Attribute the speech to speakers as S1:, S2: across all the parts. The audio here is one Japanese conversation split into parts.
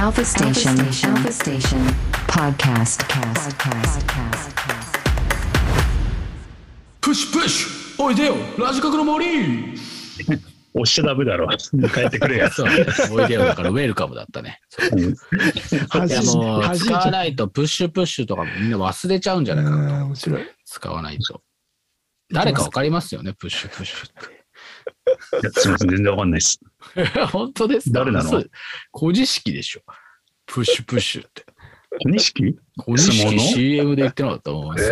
S1: Alpha Station. Alpha Station. Podcast. Podcast. Podcast.
S2: プッシュプッシュおいでよラジカクの森
S3: 押しちゃダメだろ。変えてくれや。
S4: そう、おいでよだからウェルカムだったね。
S5: は
S4: で
S5: じ、
S4: も
S5: はじいち
S4: 使わ
S5: ゃう。
S4: ないとプッシュプッシュとかもみんな忘れちゃうんじゃないか
S5: うん
S4: な。
S5: 面白い。
S4: 使わないと。誰かわかりますよね、プッシュプッシュっ
S3: いやすみません、全然わかんないです。
S4: て。本当ですか
S3: 誰なの
S4: 嘘小錦でしょ。プッシュプッシュって。
S3: 小錦
S4: 小錦
S3: の
S4: CM で言ってなかったもん。え、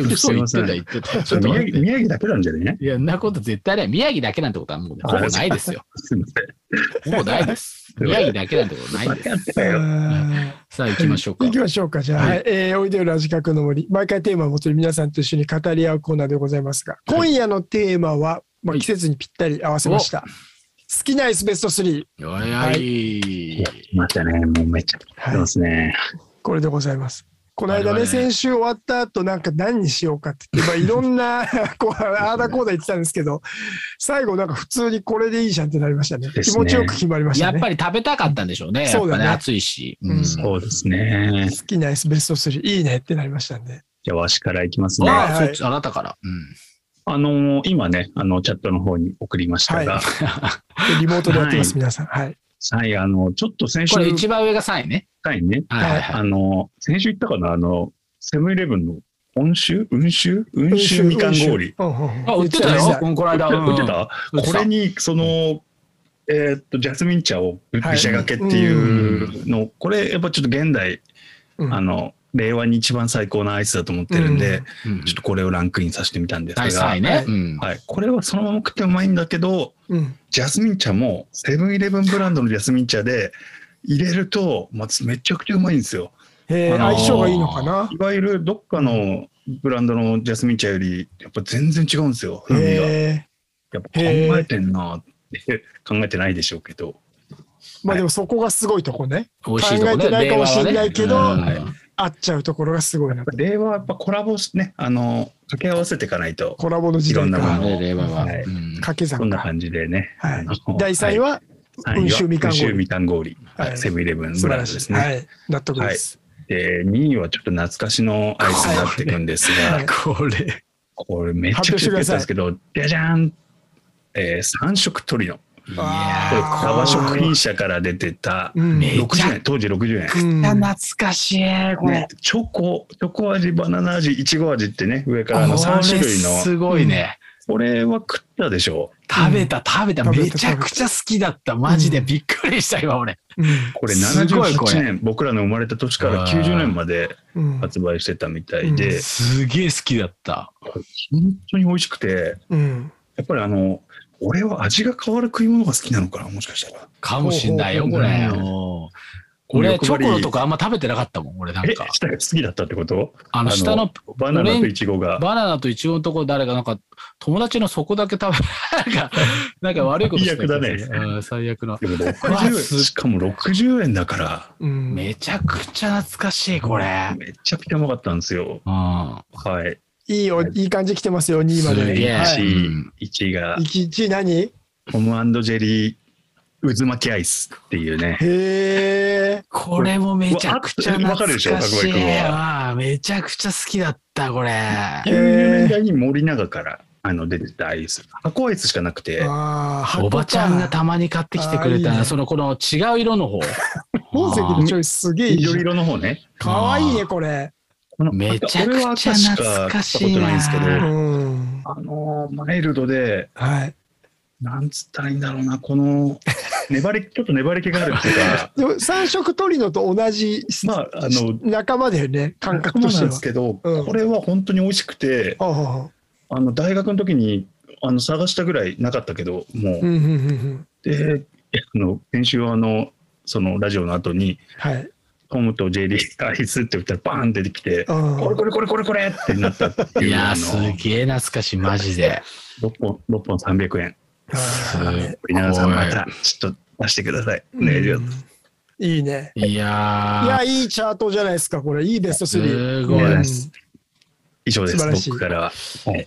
S4: 嘘言ってた言ってた。ちょっと
S3: 宮
S4: 待っ
S3: 城
S4: て。
S3: 宮城だけなんじゃね
S4: いや、んなこと絶対ない。宮城だけなんてことはもうほぼないですよ。
S3: すみま
S4: もうないです。宮城だけなんてことないです
S3: せん。。やってたよ。
S4: さあ行きましょうか
S5: 行。きましょうか。じゃ
S4: は
S5: あ、
S4: い
S5: はいえーおいでよラジカクの森。毎回テーマをもとに皆さんと一緒に語り合うコーナーでございますが、今夜のテーマは、ま
S4: は
S5: あ、
S4: い
S5: 季節にぴったり合わせました。好きなアイスベスト3。
S4: 早い。
S3: またね、もうめっちゃ来てますね。
S5: これでございます。この間
S4: 我々
S5: ね、
S4: ね
S5: 先週終わった後、なんか何にしようかって言って、まあ、いろんな、 こう、あーだこうだ言ってたんですけど、最後なんか普通にこれでいいじゃんってなりましたね。
S3: です
S5: 気
S3: ね
S5: 持ちよく決まりまし
S4: や
S5: た
S4: っ
S5: ね。
S4: ぱり食べたかったんでしょうね。や
S5: そ
S4: っ
S5: うだ
S4: ぱ
S5: ね
S4: ね、暑いし。
S5: うん
S3: そうですね。
S5: 好きなアイスベスト3、いいねってなりましたんで。
S3: じゃあ、わしからいきますね。
S4: ああ、
S5: はい
S4: そっち、あなたから。うん。
S3: あのー今ね、あの、チャットの方に送りましたが、
S5: は
S3: は
S5: でリモートでやってます、
S3: はい
S5: 皆さん。はい。
S3: い、あの、ちょっと先週
S4: これ一番上が3位ね。
S3: 回ね、
S4: はいはい
S3: あ
S4: はい。
S3: の、先週言ったかな、あの、セブンイレブンの温州温州温州みかん氷。
S5: うんうんうん。
S4: あ、売ってた
S5: 言
S4: よ。
S5: まし
S4: うんこの
S3: 売
S4: 間。うん
S3: ってた
S4: 売って
S3: こ
S4: た
S3: れにその、えーっとジャスミン茶をぶ
S5: はい
S3: ぶしゃがけっていうの、これやっぱちょっと現代、
S5: うん
S3: あの令和に一番最高なアイスだと思ってるんで、
S4: うん
S3: ちょっとこれをランクインさせてみたんですが、
S4: 第3位
S5: は
S4: ね
S5: い。
S4: うん
S3: はい、これはそのまま食ってうまいんだけど
S5: うん。
S3: ジャスミン茶もセブンイレブンブランドのジャスミン茶で入れると、まあ、めちゃくちゃうまいんですよ。
S5: へー
S3: あのー
S5: 相性がいいのかない
S3: わゆるどっかのブランドのジャスミン茶よりやっぱ全然違うんですよ風味が。
S5: へえ。
S3: やっぱ考えてんなって考えてないでしょうけど。
S5: まあでもそこがすごいとこね。
S4: 美味しいとこ
S5: 考えて
S4: ね。
S5: ないかもしれないけど
S4: 令和は
S3: はい
S4: ね
S5: 合っちゃうところがすごいなと。
S3: 令和はやっぱコラボしね、あの、掛け合わせていかないと、
S5: コラボの時代
S3: いろんな
S4: う
S3: も
S4: ん
S3: の
S5: か。
S4: ね令和は。
S3: はい
S4: うん
S5: 掛け算
S3: こんな
S5: か。
S3: 感じでね。
S5: は
S3: あ
S5: い
S3: の。
S5: 第3位は、
S3: はい
S5: 温州みかん氷
S3: 温州みかん氷。
S5: はい
S3: はいセブンイレブンブ
S5: 素晴
S3: ラン
S5: ら
S3: ド
S5: し
S3: で
S5: い。
S3: すね。
S5: はい。納得です。
S3: で、2位はちょっと懐かしのアイスになっていくんです
S5: は
S3: が
S5: い、
S4: これ。
S3: これめっちゃくちゃ良かったんですけど、じゃじゃーんえー、三色トリノ。こ
S4: い
S5: あ
S3: れ、
S4: や
S5: ー
S3: 川食品社から出てた、
S5: うん
S4: めっちゃ
S3: 60円、当時60円。
S5: うん
S4: 懐かしい、これ
S3: ね。チョコ、チョコ味、バナナ味、いちご味ってね、上からあの3種類
S4: これ
S3: の。
S4: すごいね。
S3: これは食ったでしょう。
S4: 食べた、食べた。
S5: 食べ
S4: め
S5: た
S4: ちゃくちゃ好きだった。マジでびっくりした、今俺。
S5: うん
S3: これ
S4: すごいこれ
S3: 78年、僕らの生まれた年から90年まで
S5: うん
S3: 発売してたみたいで、
S4: すげえ好きだった。
S3: 本当に美味しくて、
S5: うん
S3: やっぱりあの、俺は味が変わる食い物が好きなのかな、もしかしたら。
S4: かもしんないよ、
S5: ほ
S4: こ
S3: うほう
S4: れ
S3: う。ん
S4: おー俺、チョコのと
S3: か。
S4: かあんま食べてなかったもん、俺なん
S3: え、
S4: か。
S3: 下が好きだったってこと
S4: あの、
S3: あの
S4: 下の
S3: バナナとイチゴが。
S4: バナナとイチゴのとこ誰か、なんか、友達のそこだけ食べ、 なんか、なんか悪いことしてる
S3: 最悪だね
S4: うん最悪な。
S3: でも
S4: わ
S3: 60
S4: す
S3: しかも60円だから、
S5: うん
S4: めちゃくちゃ懐かしい、これ。
S3: めちゃくちゃうまかったんですよ。
S4: うん。
S3: はい。
S5: いいよ、いい感じ来てますよ、2位ますで。
S4: げえ
S5: はい
S3: 1位、1位が、
S5: 1位何
S3: ホムジェリー渦巻きアイスっていうね。
S5: へえ。
S4: これもめちゃくちゃ
S3: わか
S4: 懐か
S3: るで
S4: し
S3: し
S4: い
S3: ょ角田君
S4: わあ。めちゃくちゃ好きだった、これ。
S5: へ
S3: 14年
S5: え。
S3: 代に森永からあの出てたアイス。箱アイスしかなくて、
S5: ああ、箱
S4: おばちゃんが
S5: か。
S4: たまに買ってきてくれ
S5: あーいい
S4: た、
S5: ね
S4: そのこの違う色 の方。
S5: 本席のチョイスすげえいいじゃ
S3: 緑
S5: ん。
S3: 色の方ね。
S5: かわいいね、これ。
S3: この
S4: めちゃくちゃ懐かしい
S3: 俺は赤しか買ったことないんですけど、
S4: な
S5: うん。
S3: あのーマイルドで、
S5: はい。、
S3: なんつったらいいんだろうな、この、粘り、ちょっと粘り気があるっていうか
S5: でも三色トリノと同じ
S3: まあ、あの、
S5: 仲間だよね、感覚とし
S3: そうな
S5: て
S3: ん
S5: は
S3: です。けど、
S5: うん
S3: これは本当に美味しくて、
S5: ああ
S3: あの、大学の時に、あの、探したぐらいなかったけど、もう、
S5: うんうんうんうん。
S3: で、あの、先週はあの、そのラジオの後に、
S5: はい。
S3: トムとジェリーアイスって言ったらバーン出てきて、
S5: うん
S3: これこれこれこれこれってなったっていう。
S4: いや
S3: あ
S4: ー、
S3: の
S4: すげえ懐かしい、マジで。
S3: 6本、六本300円。
S4: す
S5: ああ
S3: 森永さん
S4: ごい
S3: また、ちょっと出してください。お願いします
S5: うんいいね。
S4: い
S5: い
S4: や
S5: や、いいチャートじゃないですか、これ。いいベスト
S4: ー、す
S5: 3。
S4: ごい。
S3: ね
S5: うん
S3: 以上で
S5: 素晴らし
S3: す、
S5: い
S3: 僕からは。はい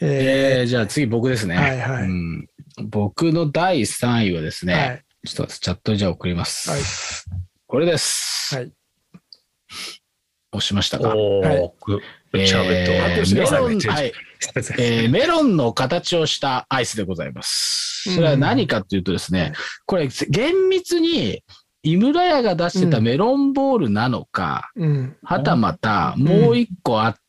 S5: え
S4: えーじゃあ次僕ですね。
S5: はいはい
S4: うん僕の第3位はです
S5: ー
S4: ね、
S5: はい
S4: ちょっと待ってチャットにじゃあ送ります。
S5: はい
S4: これです。
S5: はい
S4: 押しましたか。
S3: お
S5: はい
S3: ー、くシャーベット。
S4: えー
S5: 発表してく
S4: メ
S5: ださい
S4: ロン、
S3: 失礼
S4: はい。
S3: しました
S4: えーメロンの形をしたアイスでございます。それは何かというとですね、これ厳密に井村屋が出してたメロンボールなのか、
S5: うん。
S4: はたまた
S5: ん
S4: もう一個あった、
S5: うん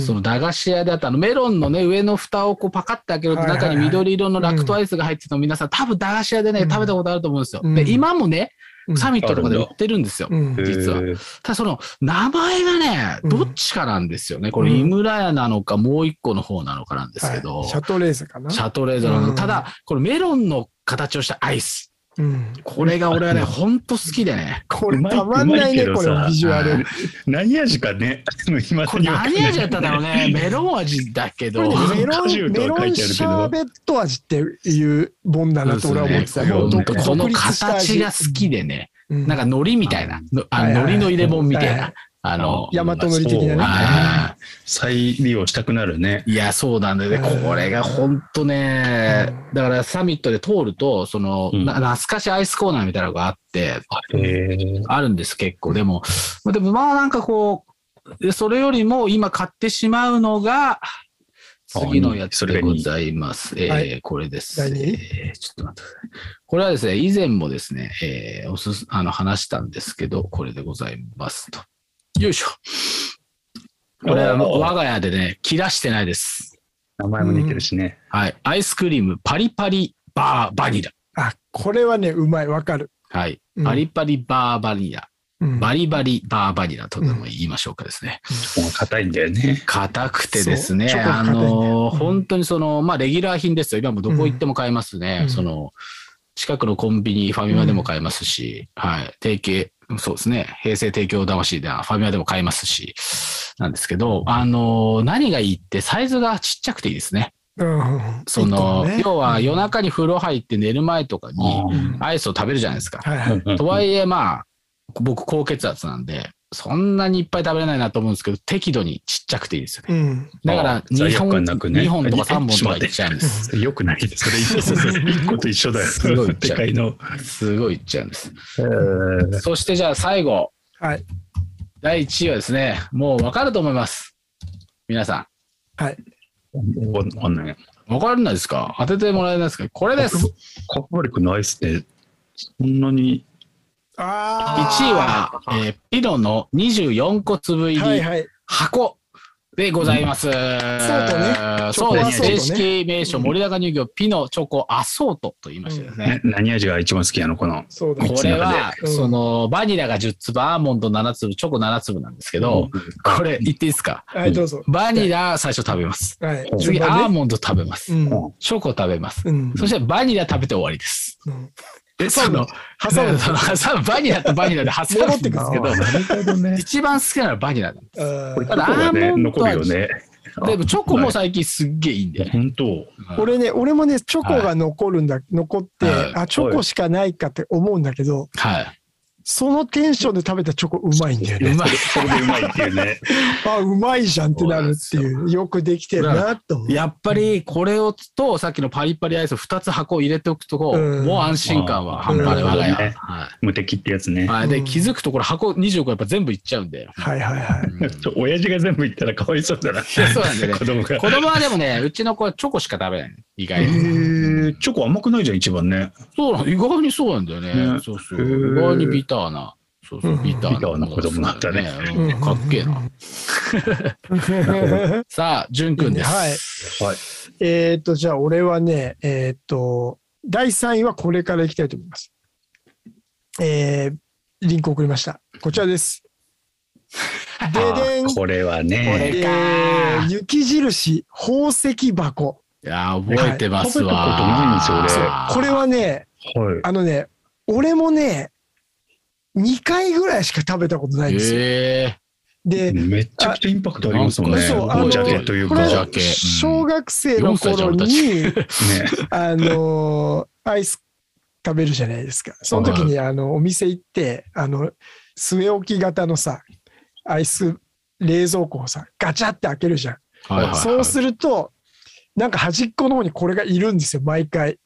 S4: その駄菓子屋であったあのメロンのね、上の蓋をこうパカッて開けると
S5: はいはいはい
S4: 中に緑色のラクトアイスが入ってたの皆さん多分駄菓子屋でね、
S5: うん
S4: 食べたことあると思うんですよ。
S5: うん
S4: で、今もね、
S5: うん
S4: サミットとかで売ってるんですよ。
S5: うん。
S4: 実は
S3: えー
S4: ただその名前がね、
S5: うん
S4: どっちかなんですよね。これ
S5: うん
S4: 井村屋なのかもう一個の方なのかなんですけど。
S5: はいシャトレーゼかな
S4: シ。ャトレーゼなの、
S5: うん
S4: ただ、これメロンの形をしたアイス。
S5: うん。
S4: これが俺はね、
S3: うん
S4: ほんと好きでね。
S5: これ
S3: うまい
S5: たまんな
S3: ま
S5: いう
S3: いけ
S5: ね、
S3: ど
S5: こ
S3: さ
S5: れビジュアル。
S3: 何味かね、いま
S4: これ何味だったんだろう ね。メロン味だけ
S5: こ
S4: ど。
S5: れねメロ
S3: 果汁
S5: ン、
S3: と
S5: メ
S3: は
S5: ロ
S3: 書い
S5: ン
S3: てあるけど
S5: シャーベット味っていうもんだなと俺は思ってた。
S3: そう
S5: もう
S3: です
S5: 独
S3: ね
S5: 独立
S4: この
S5: した
S4: 形
S5: 味
S4: が好きでね、
S5: うん
S4: なんか海苔みたいな、のあ
S5: はいはい
S4: 海苔の入れ物みたい
S5: は、
S4: ないあの、
S5: 大和のり的なね。
S4: あ
S3: 再利用したくなるね。
S4: ーいや、そうなんだよね。これがほんとね、だからサミットで通ると、その、
S3: うん
S4: な懐かしアイスコーナーみたいなのがあって、
S3: えー
S4: あるんです、結構。でも、まあでもまあなんかこう、それよりも今買ってしまうのが、次のやつでございます。え
S5: がいい
S4: ーこれです、
S5: はい第二
S4: えーちょっと待ってください。これはですね、以前もですね、えーおすすあの話したんですけど、これでございますと。よいしょ。これは
S3: おー
S4: 我が家でね、切らしてないです。
S3: 名前も似てるしね。
S4: はい。アイスクリーム、パリパリバーバニラ。
S5: あ、これはね、うまい、わかる。
S4: はい。
S5: うん
S4: パリパリバーバニラ。
S5: うん
S4: バリバリバーバニラとでも言いましょうかですね。
S3: もう硬いんだよね。
S4: 硬くてですね、
S5: そうチョコが
S4: あ
S5: 硬いんだよ
S4: の、
S5: うん
S4: 本当にその、まあ、レギュラー品ですよ。今もどこ行っても買えますね。
S5: うん
S4: その、近くのコンビニ、ファミマでも買えますし、はい、提携、そうですね、平成提供魂ではファミマでも買えますし、なんですけど、あの、何がいいって、サイズがちっちゃくていいですね。
S5: うん
S4: その、
S5: 一個ね
S4: 要は夜中に風呂入って寝る前とかに、
S5: うん
S4: アイスを食べるじゃないですか。
S5: はいはい。
S4: とはいえ、まあ、僕、高血圧なんで、そんなにいっぱい食べれないなと思うんですけど、適度にちっちゃくていいですよね。
S5: うん。
S4: だから
S3: あー罪
S4: 2
S3: 悪
S4: 本
S3: 感なくね
S4: 二本とか
S3: あ
S4: 3本と
S3: ちょっ
S4: か
S3: と
S4: い
S3: 待って
S4: っちゃうんです。
S3: それよくないです。それ一個と一緒だよ。
S4: すごい
S3: 世界の。
S4: すごいいっちゃうんです。
S3: えー
S4: そしてじゃあ最後、
S5: はい。
S4: 第1位はですね、もう分かると思います。皆さ
S5: はい。
S3: わかんない。
S4: ん、分かるんないですか当ててもらえないですかこれです。1
S3: カップバリックのアイスって、そんなに。
S5: あー
S4: 位は、えーピノの24個粒入
S5: はい
S4: り
S5: はい。
S4: 箱。でございます。そう
S5: ね
S4: そうですね。
S5: チョコアソートね
S4: 正式名称、森高乳業、ピノ、チョコ、アソートと言いましたですね。
S3: ね何味が一番好きなのこの。
S5: そうだ。
S4: これは、
S5: うん
S4: そのバニラが10粒、アーモンド7粒、チョコ7粒なんですけど、これ言っていいですか
S5: はい、どうぞ。
S4: バニラ最初食べます。
S5: はい。
S4: 次、
S5: 順
S4: アー
S5: 番ね
S4: モンド食べます。
S5: うん
S4: チョコ食べます。
S5: うん。
S4: そしてバニラ食べて終わりです。
S5: うん
S4: え、その、
S5: 挟
S4: 挟
S5: む
S4: む、その、挟む、バニラとバニラで挟む
S5: 戻っ
S4: ん
S5: て
S4: で
S5: くる
S4: すけ
S3: あ
S4: ど、
S3: ーなるほどね。
S4: 一番好きなのはバニラなの。
S5: あ
S3: これ
S5: ー
S4: ただ
S3: チョコが
S4: アー
S3: ね、
S4: モンド
S3: 残るよね。
S4: でも、チョコも最近すっげえいいんだよね。
S3: 本当。
S5: これね、俺もね、チョコが残るんだ、残って、
S4: はい
S5: あ、チョコしかないかって思うんだけど、
S4: はい。
S5: そのテンションで食べたチョコうまいんだよね。
S4: うまい。
S3: これでうまいってい うね。
S5: あ、うまいじゃんってなるっていう、よくできてるなと思う。
S4: やっぱり、これをと、さっきのパリパリアイスを2つ箱入れておくと、
S5: うん
S4: もう安心感は半端ない、
S5: うん
S4: 我が家は。
S3: うん
S4: はい
S3: 無敵ってやつね。
S4: はい、で
S5: うん
S4: 気づくとこれ箱25個やっぱ全部いっちゃうんで、
S5: はいはいはい。
S3: ちょ親父が全部言ったらかわいそうだな。
S4: やそうなんだよね
S3: 子供が。
S4: 子供はでもねうちの子はチョコしか食べない意
S3: え
S4: 外に、
S3: ー、チョコ甘くないじゃん、一番ね。
S4: そうなの意外にそうなんだよね
S3: ね
S4: そうそう
S3: へー
S4: 意外にビターなそうそう
S5: うん
S4: ビターな
S3: ビターな子供なんだね
S4: うんかっけえな、
S5: な。
S4: さあ淳くんです、
S5: はい
S3: はい。
S5: えっと、じゃあ俺はね、えっと、第3位はこれからいきたいと思います。えー、リンク送りました。こちらです。 ででん
S3: あーこれは
S4: これ
S3: ね、
S5: えー、雪印宝石箱。
S4: いやー覚えてますわ、
S3: はい食べたことないんですよ俺
S5: これはね、
S3: はい。
S5: あのね、俺もね、2回ぐらいしか食べたことないんですよ。
S4: え
S5: で、
S3: めっちゃくちゃインパクトありますもん
S4: ー
S3: ね。
S5: そうあの
S3: ジャケという
S5: こ
S3: か、
S5: れ
S4: ジャ
S3: ね、
S4: ケ
S5: 小学生の頃
S4: うん
S5: に、あのー、アイス食べるじゃないですか。その時に、あの、お店行って、あの、据え置き型のさ、アイス冷蔵庫をさ、ガチャって開けるじゃん。
S4: ーはいはいはい
S5: そうすると、なんか端っこの方にこれがいるんですよ、毎回。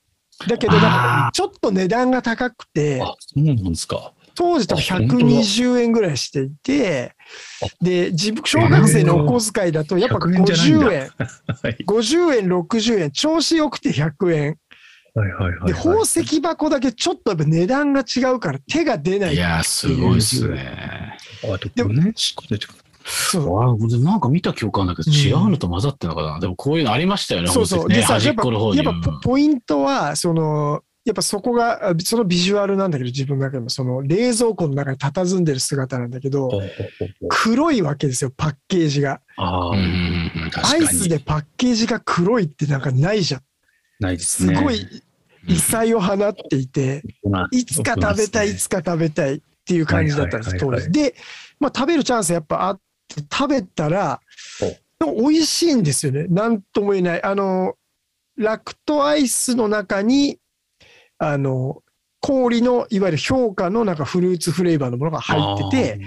S5: だけど、なんかちょっと値段が高くて、
S2: あ、そうなんですか。
S5: 当時多分
S2: あ本当だ
S5: 120円ぐらいしていて、で、自分、小学生のお小遣いだと、やっぱ
S3: 100円じゃないんだ
S5: 50円、
S3: はい
S5: 50円、60円、調子よくて100円。
S3: はいはいはいはい。
S5: で、宝石箱だけちょっとやっぱ値段が違うから手が出ない
S4: い。やー、すごいっすね。
S3: あと、これね、しっかり出てくる
S5: そう
S4: わあ俺なんか見た記憶あるんだけど、違うのと混ざってんのかな、でもこういうのありましたよね、
S5: そうそう。
S4: 本当に
S5: で
S4: ね、
S5: さ、
S4: 端
S5: や
S4: っ
S5: っぱ、
S4: この方に。
S5: やっぱポポイントは、その、やっぱそこが、あそのビジュアルなんだけど、自分の中でも、その冷蔵庫の中に佇んでる姿なんだけど、黒いわけですよ、パッケージが。
S3: ああ、
S4: うんうんうんうん
S3: 確
S5: ア
S3: かに
S5: イスでパッケージが黒いってなんかないじゃん。
S3: ないです
S5: す
S3: ね。
S5: ごい異彩を放っていて、いつか食べたい、
S3: 大人です
S5: い
S3: ね
S5: つか食べたいっていう感じだったんで
S3: は
S5: す、
S3: いはい
S5: 当
S3: はいはい
S5: 時。で、まあ、食べるチャンスやっぱあって、食べたら、でも美味しいんですよね。なんとも言えない。あの、ラクトアイスの中に、あの、氷のいわゆる評価のなんかフルーツフレーバーのものが入ってて、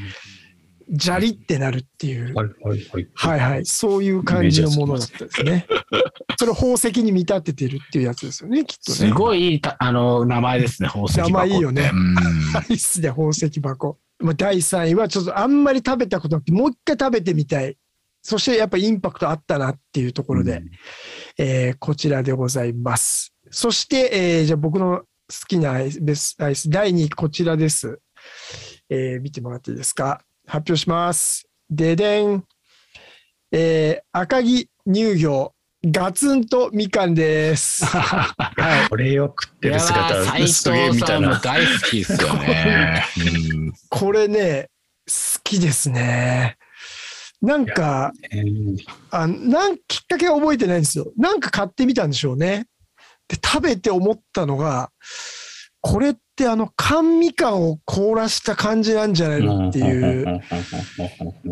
S5: ジャリってなるっていう
S3: あー。はいはいはい。
S5: はいはい、そういう感じのものだったですね。 それを宝石に見立ててるっていうやつですよね、きっと
S4: す
S5: ね。
S4: ごいいいたあの名前ですね、宝石箱って。
S5: 名前いいよね
S4: うん
S5: アイスで宝石箱。まあ、第3位はちょっとあんまり食べたことなくて、もう一回食べてみたい。そしてやっぱインパクトあったなっていうところで、えーこちらでございます。そして、えーじゃあ僕の好きなアイス、ベストアイス、第2位こちらです。えー見てもらっていいですか。発表します。ででん。えー赤城乳業、ガツンとみかんです。はい。
S3: これを食ってる姿、
S4: いやー
S3: すげえ
S4: 斉
S3: み
S4: 藤
S3: た
S4: さ
S3: い
S4: んも
S3: な。
S4: 大好きですよね。うん
S5: これね、好きですね。なんか、あなんきっかけは覚えてないんですよ。なんか買ってみたんでしょうね。で、食べて思ったのが、これってあの、甘味感を凍らした感じなんじゃないのっていう。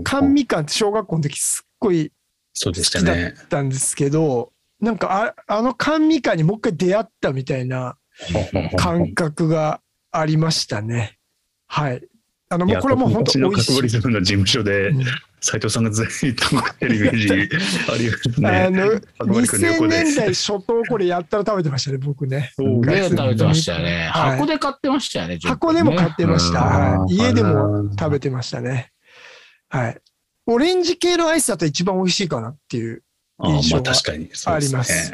S5: 甘味感って小学校の時すっごい
S3: そうで
S5: 好
S3: した
S5: きだ
S3: ね。
S5: ったんですけど、なんかああの甘味感にもう一回出会ったみたいな感覚がありましたね。はい。あの、
S3: い
S5: もう
S3: や
S5: これはもう本当
S3: 私の
S5: 美味
S3: カ
S5: し
S3: テ
S5: い
S3: ゴリ。ズムの事務所で
S5: うん
S3: 斉藤さんがずっと食ってるイメー ジありますね。
S5: あの
S3: パクマリ君の
S5: 2000
S3: 横で
S5: 年代初頭これやったら食べてましたね僕ね
S3: そう
S4: ね食べてましたよね。
S5: はい
S4: 箱で買ってましたよね、ちょっと
S5: 箱でも買ってました、
S4: ね
S3: あー
S5: はい、家で
S3: あ
S5: も
S3: ー
S5: 食べてましたねはいオレンジ系のアイスだと一番美味しいかなっていう
S3: あ
S5: 印
S3: ー
S5: 象
S3: ま
S5: は
S3: あ確かにそうです
S5: ありま
S3: ね。
S5: す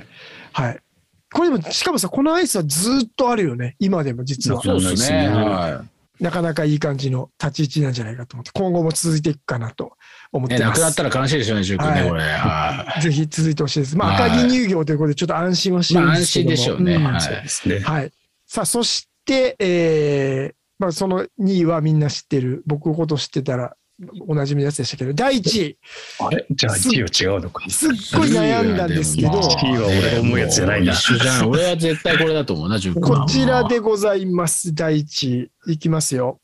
S5: はいこれでもしかもさこのアイスはずーっとあるよね今でも実は
S4: そうですね。
S3: そうですね
S4: は
S5: なかなかいい感じの立ち位置なんじゃないかと思って今後も続いていくかなと思っ
S4: い。ね、
S5: て
S4: な
S5: ま
S4: くなっ
S5: す、
S4: たら悲しいですよね、ジュン君ね、
S5: はい
S4: これ。はい
S5: ぜひ続いてほしいですまあ
S4: はい
S5: 赤城乳業ということでちょっと安心はして
S4: ま
S5: るん
S4: あ
S5: で
S4: 安
S5: すけ
S4: 心
S5: ども
S4: でしょうね。
S5: ん
S4: は
S3: そう
S4: い
S3: ですね。
S5: はい。さあ、そして、えーまあ、その2位はみんな知ってる、僕のこと知ってたら、おなじみのやつでしたけど、第1位、
S3: あれじゃあ1位は違うのか。
S5: すっごい悩んだんですけど、
S4: まあ
S3: 1位は俺が思うやつじゃないんだ
S4: もう一緒じゃん。俺は絶対これだと思うな、ジュン君は
S5: こちら。でございます、第1位。いきますよ。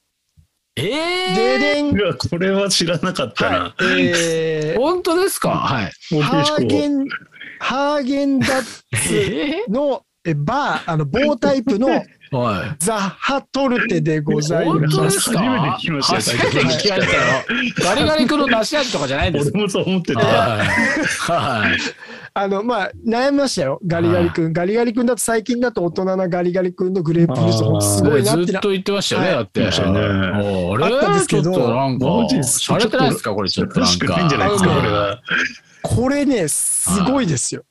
S4: え
S5: で
S4: え
S5: でん
S3: い、やこれは知らなかった
S5: は
S3: な。
S5: い、え
S4: 本当ですかはい。
S5: ー、
S3: もう
S5: ハー
S3: ページ
S5: ゲ
S3: こ
S5: ン、ハーゲンダッツ
S4: え
S5: の、えバー、あの、棒タイプの
S4: ー、はい。
S5: ザ・ハトルテでござい
S4: 本
S5: ます
S4: 当ですか
S3: 初めて聞きましたよ
S4: 初めて聞きましたよ。ガリガリ君の梨味とかじゃないん
S3: う
S4: です
S3: 俺もそう思ってた。
S4: はい。はい。
S5: あのまあ悩みましたよガリガリ君ガリガリ君だと最近だと大人なガリガリ君のグレープフルーツほんとすごいな
S4: ず
S5: って
S4: っ
S5: な
S4: と言ってましたよね、
S5: はい
S4: だって。
S3: 言ってましたね
S4: おーあれ
S5: あったんです
S4: ちょ
S5: け
S4: っ
S5: ど
S4: となんか、
S3: マジっす
S4: 洒落てないですか、これちょっとなん
S3: しくない
S4: か。
S3: んじゃないですか、
S5: あ
S3: これは。
S5: これねすごいですよ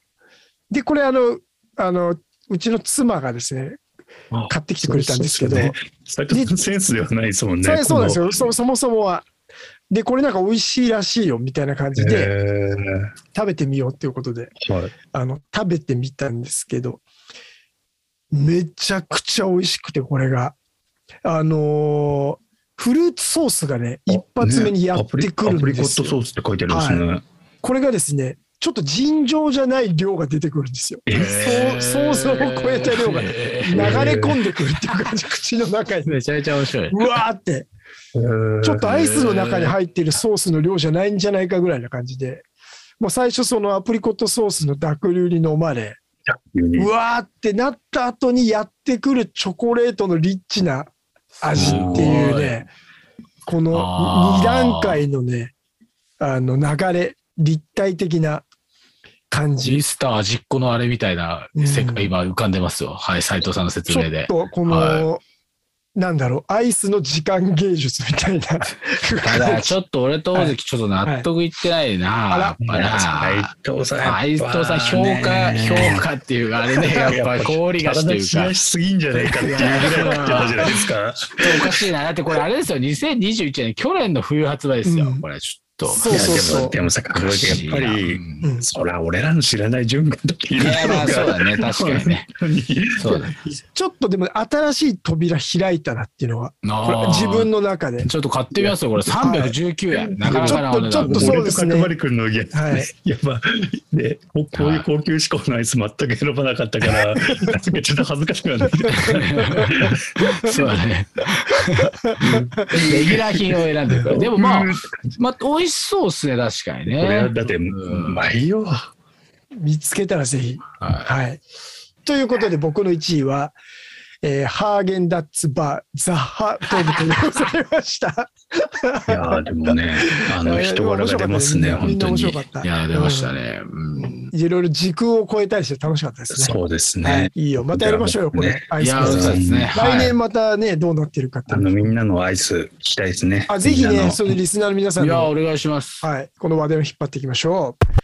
S5: でこれあのあのうちの妻がですね
S3: あ
S5: 買ってきてくれたんですけど
S3: そうです斉藤さんセンスではないですもんね。
S5: それそうなんです
S3: よ。
S5: よそそもそもはでこれなんか美味しいらしいよみたいな感じで
S3: え
S5: 食べてみようっていうことで
S3: ーはい
S5: あの食べてみたんですけどめちゃくちゃ美味しくてこれがあのーフルーツソースがね一発目にやってくるんです
S3: アプリアプリコット
S5: よ、
S3: ソースって書いてありますね。
S5: これがですねちょっと尋常じゃない量が出てくるんですよ、そう想像を超えた量が流
S4: え
S5: れ込んでくるっていう感じ口の中に
S4: ーめちゃめちゃ面白い。
S5: うわーってちょっとアイスの中に入っているソースの量じゃないんじゃないかぐらいな感じでもう最初そのアプリコットソースの濁流に飲まれうわーってなった後にやってくるチョコレートのリッチな味っていうね、この
S4: あー
S5: 2段階のね、あの流れ、立体的な感
S4: ジー
S5: じ。
S4: スター味っ子のあれみたいな世界、
S5: うん
S4: 今浮かんでますよ。はい、斉藤さんの説
S5: ちょ
S4: 明
S5: っ
S4: で。
S5: とこの、
S4: は
S5: なんだろう、アイスの時間芸術みたいな。
S4: ただ、ちょっと俺と大関ちょっと納得いってないな、
S5: は
S4: やっぱな。
S3: 斉藤さんやっぱ
S4: 斉藤さん、評価、
S3: ね
S4: 評価っていう、あれね、 やっぱ氷菓子と
S3: 体
S4: い
S3: 冷
S4: うか
S3: や、しすぎんじゃないかっていうぐらいになっちゃったじゃないですか。
S4: おかしいな。だってこれあれですよ、2021年、去年の冬発売ですよ、
S5: うん
S4: これちょっと。
S5: そうそうそう
S3: いやでもでもさ、
S4: お
S3: か
S4: かしい
S3: やっ
S4: な
S3: ぱ
S4: う
S3: り、
S4: ん
S5: うん
S3: そりゃ俺らの知らない順番とかい
S4: い
S3: るの
S4: や、まあそう
S3: が、
S4: だね、確かにね。
S3: 本当に
S4: そうだね。
S5: ちょっとでも新しい扉開いたなっていうのは、
S4: あ
S5: これ
S4: ー
S5: 自分の中で。
S4: ちょっと買ってみますよ、これ319円。なかなかなお値
S5: ちょ
S4: 段
S5: っとちょっとそう
S3: 俺
S5: で
S3: と
S5: すね
S3: 角張君の家、
S5: はい
S3: やまあでここういう高級志向のアイス全く選ばなかったから、なんかちょっと恥ずかしくなってきた。
S4: そうだ ね。レギュラー品を選んでる。でもまあ、まあ、美味しそうですね、確かに
S3: これは
S4: ね。
S3: だって、
S4: ん
S3: うまいよ。
S5: 見つけたらぜひ。
S4: は
S5: はい。ということで僕の1位は、えーハーゲンダッツバーザッハトルトでござい ました。
S3: いやーでもね、あの人柄が出ますね、
S5: み
S3: 本
S5: んな
S3: 当
S5: 面
S3: に
S5: 白。かった。
S4: い。いや、出ましたね。うん
S5: いろいろ時空を超えたりして楽しかったですね。
S3: そうです
S5: は
S3: ね
S5: い。、いいよ。またやりましょうよ、これ
S3: ね。
S5: アイ
S4: い
S5: ス
S4: や、
S5: バ
S4: そ
S5: ー
S4: うですね。
S5: 来
S4: はい
S5: 年またね、どうなってるかって
S3: あのみんなのアイス聞きたいですね。
S5: あ、ぜひ
S3: みんな
S5: ね、
S3: の
S5: そのリスナーの皆さん
S4: いや、
S5: の、
S4: お願いします。
S5: はい、この話題を引っ張っていきましょう。